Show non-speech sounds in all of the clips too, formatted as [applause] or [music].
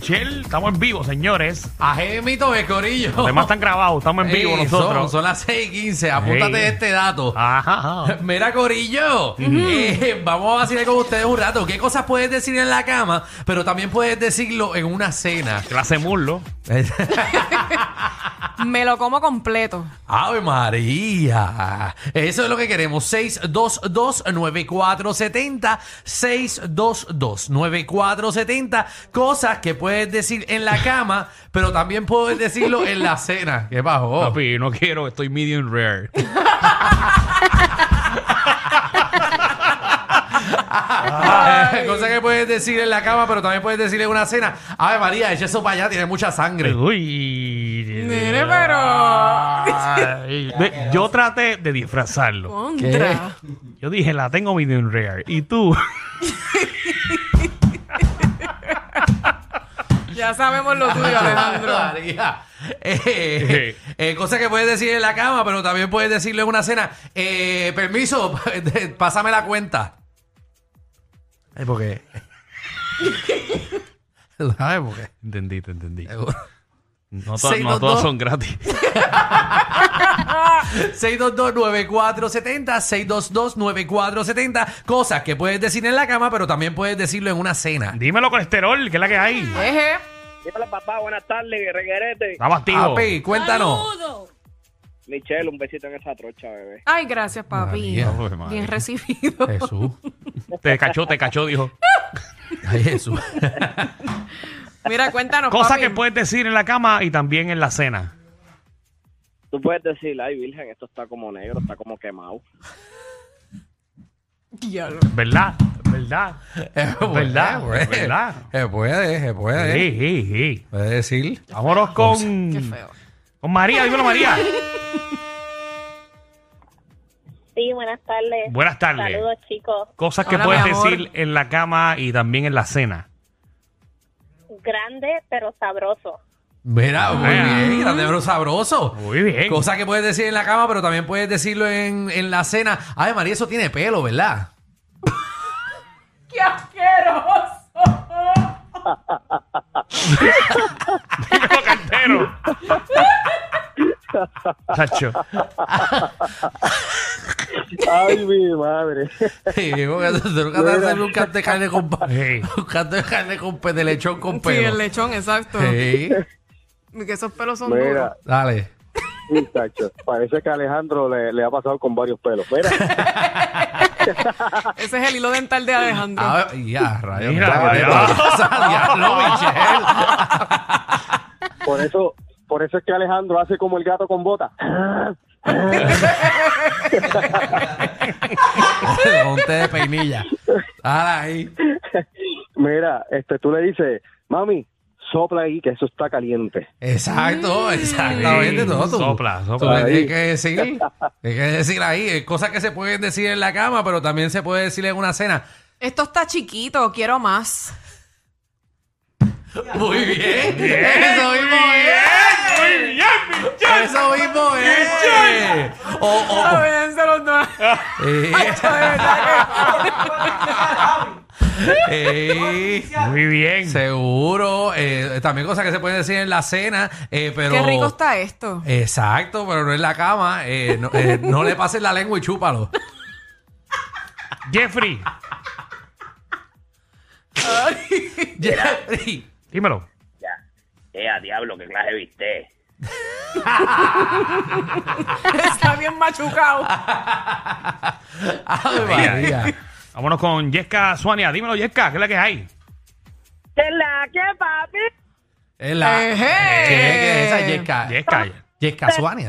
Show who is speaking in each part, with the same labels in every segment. Speaker 1: Michelle, estamos en vivo, señores.
Speaker 2: Ajemito de Corillo.
Speaker 1: Los demás están grabados, estamos en vivo
Speaker 2: Ey, Son,
Speaker 1: nosotros.
Speaker 2: son las 6 y 15. Apúntate
Speaker 1: Ey. Ah.
Speaker 2: este dato.
Speaker 1: Ajá, ajá.
Speaker 2: Mira, Corillo. eh, vamos a vacilar con ustedes un rato. ¿Qué cosas puedes decir en la cama? Pero también puedes decirlo en una cena. [laughs]
Speaker 1: Clase muslo.
Speaker 3: Me lo como
Speaker 2: [laughs]
Speaker 3: completo.
Speaker 2: ¡Ave María! Eso es lo que queremos. 622-9470. 622-9470. Cosas que puedes decir en la cama, pero también puedes decirlo en la cena. ¿Qué bajó?
Speaker 1: Papi, no quiero, estoy medium rare.
Speaker 2: [laughs] Cosas que puedes decir en la cama, pero también puedes decir en una cena. Ave María, echa eso para allá, tiene mucha sangre.
Speaker 1: Uy.
Speaker 3: Mire, pero-
Speaker 1: Ay. Ve, Yo traté de disfrazarlo.
Speaker 3: Contra.
Speaker 1: Yo dije, la tengo medium rare. Y tú.
Speaker 3: Ya sabemos lo
Speaker 2: [laughs]
Speaker 3: tuyo,
Speaker 2: Alejandro. [laughs]
Speaker 3: Alejandro.
Speaker 2: María. Eh, eh, cosas que puedes decir en la cama, pero también puedes decirlo en una cena. Eh, permiso, [laughs] de- pásame la cuenta. Eh, ¿Por [laughs] qué? ¿Sabes por qué?
Speaker 1: Entendí, te entendí. Eh, No,
Speaker 2: todas- no todas
Speaker 1: todas
Speaker 2: son
Speaker 1: son gratis.
Speaker 2: 622-9470, 622-9470. Cosas que puedes decir en la cama, pero también puedes decirlo en una cena.
Speaker 1: Dímelo, colesterol, que es la que hay.
Speaker 3: Eje.
Speaker 4: Dímelo, papá, buenas tardes, reguerete.
Speaker 1: Está activo.
Speaker 2: Papi, cuéntanos.
Speaker 4: Michelle, un besito en esa trocha, bebé.
Speaker 3: Ay, gracias, papi.
Speaker 2: María. Eh.
Speaker 1: Ave María.
Speaker 3: Bien recibido.
Speaker 2: Jesús.
Speaker 1: Te cachó, te cachó, dijo.
Speaker 2: [laughs] Ay, Jesús. [laughs]
Speaker 3: Mira, cuéntanos,
Speaker 1: Cosa
Speaker 3: papi.
Speaker 1: que puedes decir en la cama y también en la cena.
Speaker 4: Tú puedes decir, ay, virgen, esto está como negro, está como quemado.
Speaker 3: Diablo.
Speaker 1: ¿Verdad? ¿Verdad? ¿Verdad?
Speaker 2: Eh,
Speaker 1: ¿Verdad?
Speaker 2: Se puede, se puede.
Speaker 1: Sí, sí, sí.
Speaker 2: Puedes decir.
Speaker 1: Vámonos
Speaker 3: Qué
Speaker 1: con,
Speaker 3: feo.
Speaker 1: con María. Dímelo,
Speaker 5: [laughs]
Speaker 1: María.
Speaker 5: Sí, buenas tardes.
Speaker 1: Buenas tardes.
Speaker 5: Saludos, chicos.
Speaker 1: Cosas que
Speaker 3: Hola,
Speaker 1: puedes
Speaker 3: mi amor.
Speaker 1: decir en la cama y también en la cena.
Speaker 5: Grande, pero sabroso.
Speaker 2: Mira, muy
Speaker 1: Ah.
Speaker 2: bien, grande pero sabroso.
Speaker 1: Muy bien.
Speaker 2: Cosa que puedes decir en la cama, pero también puedes decirlo en, en la cena. Ay, María, eso tiene pelo, ¿verdad? [laughs]
Speaker 3: ¡Qué asqueroso!
Speaker 1: Dímelo,
Speaker 3: [laughs]
Speaker 1: cartero. Chacho.
Speaker 4: Ay, mi madre.
Speaker 2: Sí, porque tú tú nunca te haces un canto de carne con pa-
Speaker 1: Sí.
Speaker 2: [laughs] un canto de carne con pe- de lechón con
Speaker 3: Sí, el
Speaker 2: pelo.
Speaker 3: lechón, exacto.
Speaker 2: Sí,
Speaker 3: Que esos pelos son duros.
Speaker 6: Mira,
Speaker 2: dale.
Speaker 6: muchacho, parece que a Alejandro le, le ha pasado con varios pelos. Mira,
Speaker 3: Ese es el hilo dental de Alejandro.
Speaker 2: A ver, ya, rayos.
Speaker 1: Mira,
Speaker 2: Ya,
Speaker 1: ya.
Speaker 2: ya. O sea, [laughs] diablo, Michelle. [laughs]
Speaker 6: por eso, por eso es que Alejandro hace como el gato con bota.
Speaker 2: Ponte de peinilla. Dale ahí.
Speaker 6: Mira, este, tú le dices, mami, sopla ahí que eso está caliente.
Speaker 3: Mm.
Speaker 2: Exacto, exactamente.
Speaker 1: Sí,
Speaker 2: todo tú.
Speaker 1: sopla, sopla.
Speaker 2: Tú le
Speaker 6: Ahí.
Speaker 2: Tienes que decir, tienes que decir ahí. eh, Cosas que se pueden decir en la cama, pero también se puede decir en una cena.
Speaker 3: Esto está chiquito, quiero más.
Speaker 2: Muy bien. Eso mismo es.
Speaker 1: Muy bien, Michelle.
Speaker 2: Eso mismo es. O, o-
Speaker 3: Está bien, se [laughs] los doy.
Speaker 2: eh, eh,
Speaker 1: Muy bien.
Speaker 2: seguro. eh, también cosas que se pueden decir en la cena, eh, pero.
Speaker 3: Qué rico está esto. [laughs]
Speaker 2: Exacto, pero no en la cama. eh, no, eh, no le pases la lengua y chúpalo.
Speaker 1: [laughs] Jeffrey,
Speaker 2: [laughs] Jeffrey.
Speaker 1: dímelo.
Speaker 4: Ya. Eh, a diablo, qué clase viste.
Speaker 3: Está bien machucado.
Speaker 2: Ave María.
Speaker 1: Vámonos con Yesca Suania. Dímelo, Yesca, ¿qué es la que hay?
Speaker 5: ¿Qué la que, papi?
Speaker 2: Es la.
Speaker 3: Ejé.
Speaker 2: ¿Qué, qué es esa
Speaker 3: eh.
Speaker 2: Yesca?
Speaker 1: Yesca.
Speaker 3: Ah.
Speaker 2: Yesca
Speaker 3: [laughs]
Speaker 2: Suania.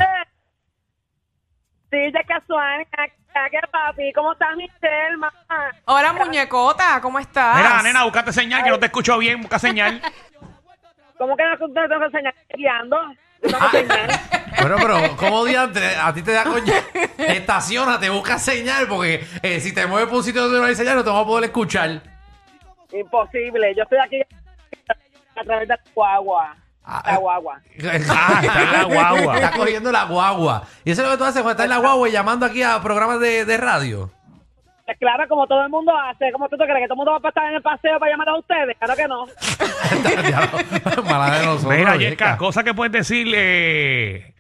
Speaker 5: Sí, de casual. ¿Qué, papi? ¿Cómo estás, Michelle, mamá?
Speaker 3: Hola, muñecota, ¿cómo estás?
Speaker 1: Mira, nena, buscate señal, que no te escucho bien. Busca
Speaker 3: [laughs]
Speaker 1: señal.
Speaker 5: ¿Cómo que no te tengo que enseñar guiando?
Speaker 2: Ah. Bueno, pero, ¿cómo diantre? A ti te da coña. Estacionate, busca señal, porque eh, si te mueves por un sitio donde no hay señal, no te vas a poder escuchar.
Speaker 5: Imposible. Yo estoy aquí a través de la guagua.
Speaker 2: Ah,
Speaker 5: La guagua.
Speaker 1: [laughs] Ah, está en la guagua.
Speaker 2: Está cogiendo la guagua. Y eso es lo que tú haces cuando estás en la guagua y llamando aquí a programas de, de radio. [laughs]
Speaker 5: Pues claro, como todo el mundo hace, ¿cómo tú te crees que todo el mundo va a estar en el paseo para llamar a ustedes? Claro que no.
Speaker 2: Diablo, Mala de nosotros.
Speaker 1: Mira,
Speaker 2: vieja.
Speaker 1: Yesca, cosa que puedes eh, decirle.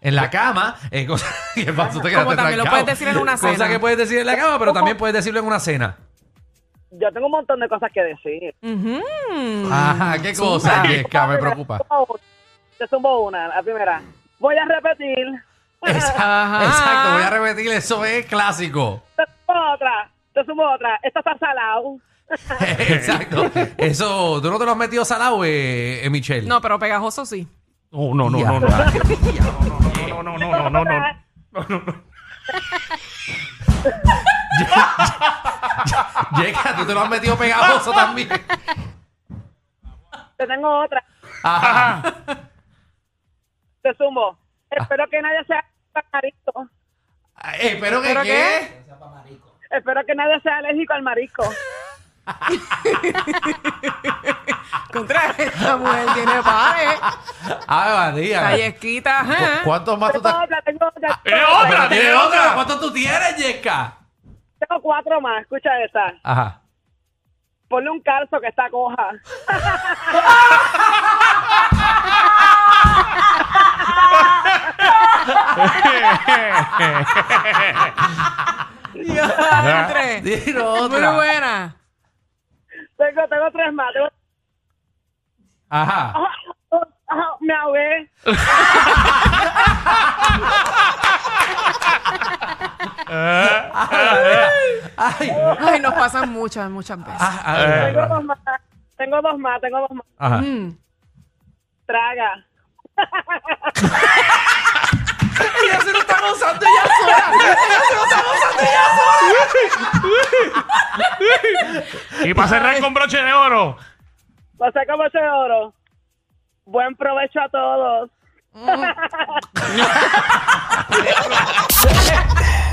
Speaker 2: En la cama, eh, cosa- [laughs] ¿qué pasó? Te
Speaker 3: Como
Speaker 2: quedaste
Speaker 3: también lo
Speaker 2: trancado.
Speaker 3: puedes decir en una
Speaker 2: Cosa
Speaker 3: cena.
Speaker 2: que puedes decir en la cama, pero también puedes decirlo en una cena.
Speaker 5: Yo tengo un montón de cosas que decir.
Speaker 3: Ujú.
Speaker 1: Ah.
Speaker 2: Ajá, qué cosa, Yesca, me
Speaker 5: [laughs]
Speaker 2: preocupa.
Speaker 5: Te zumbo una, la primera. Voy a repetir.
Speaker 2: Esa-
Speaker 3: Ajá.
Speaker 2: Exacto, voy a repetir, eso es clásico. [laughs]
Speaker 5: Te zumbo otra. Te zumbo otra. Esto está salado.
Speaker 2: Exacto. Eso, tú no te lo has metido salado, eh, eh, Michelle.
Speaker 3: No, pero pegajoso sí.
Speaker 1: No, no, no,
Speaker 2: Ya.
Speaker 1: no, no. No, no, no, no, no, no, no.
Speaker 2: Yesca, tú te lo has metido pegajoso también.
Speaker 5: Te tengo otra.
Speaker 2: Ajá.
Speaker 5: Te zumbo.
Speaker 1: Ah.
Speaker 5: Espero que nadie sea pajarito.
Speaker 2: Eh, Espero que
Speaker 3: ¿Pero
Speaker 2: qué.
Speaker 3: qué?
Speaker 5: Espero que nadie sea alérgico al
Speaker 1: [laughs]
Speaker 5: marisco.
Speaker 3: Contra [laughs] esta mujer tiene pares. ¿eh?
Speaker 2: Ah, María.
Speaker 3: Callequita, ajá.
Speaker 2: ¿Cuántos más tú
Speaker 5: Tengo
Speaker 2: estás?
Speaker 5: otra, tengo otra.
Speaker 1: ¡Eh, otra!
Speaker 2: ¡Tiene
Speaker 1: ¡Tiene
Speaker 2: otra!
Speaker 1: otra!
Speaker 2: ¿Cuántos tú tienes, Yesca?
Speaker 5: Tengo cuatro más. Escucha esta.
Speaker 2: Ajá.
Speaker 5: Ponle un calzo que está coja.
Speaker 3: Diantre.
Speaker 2: Dilo
Speaker 3: Muy
Speaker 2: otra.
Speaker 3: buena.
Speaker 5: Tengo, tengo tres más. Tengo-
Speaker 2: Ajá.
Speaker 5: Ah, Me ahogué.
Speaker 2: Ay.
Speaker 3: Ay, nos pasan muchas, muchas veces.
Speaker 2: Ah, a ver, a ver,
Speaker 5: Tengo
Speaker 2: a ver.
Speaker 5: dos más. Tengo dos más. Tengo dos más.
Speaker 2: Ajá.
Speaker 3: Mm.
Speaker 5: Traga.
Speaker 2: Ella se lo está gozando ella sola. Ella se lo está gozando ella sola.
Speaker 1: Y para cerrar con broche de oro.
Speaker 5: Pasé como ese oro. Buen provecho a todos.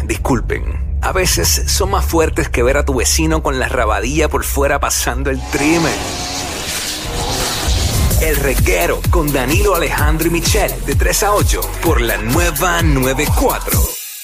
Speaker 7: Disculpen, a veces son más fuertes que ver a tu vecino con la rabadilla por fuera pasando el trimen. El reguero con Danilo Alejandro y Michel de 3 a 8 por la nueva 94.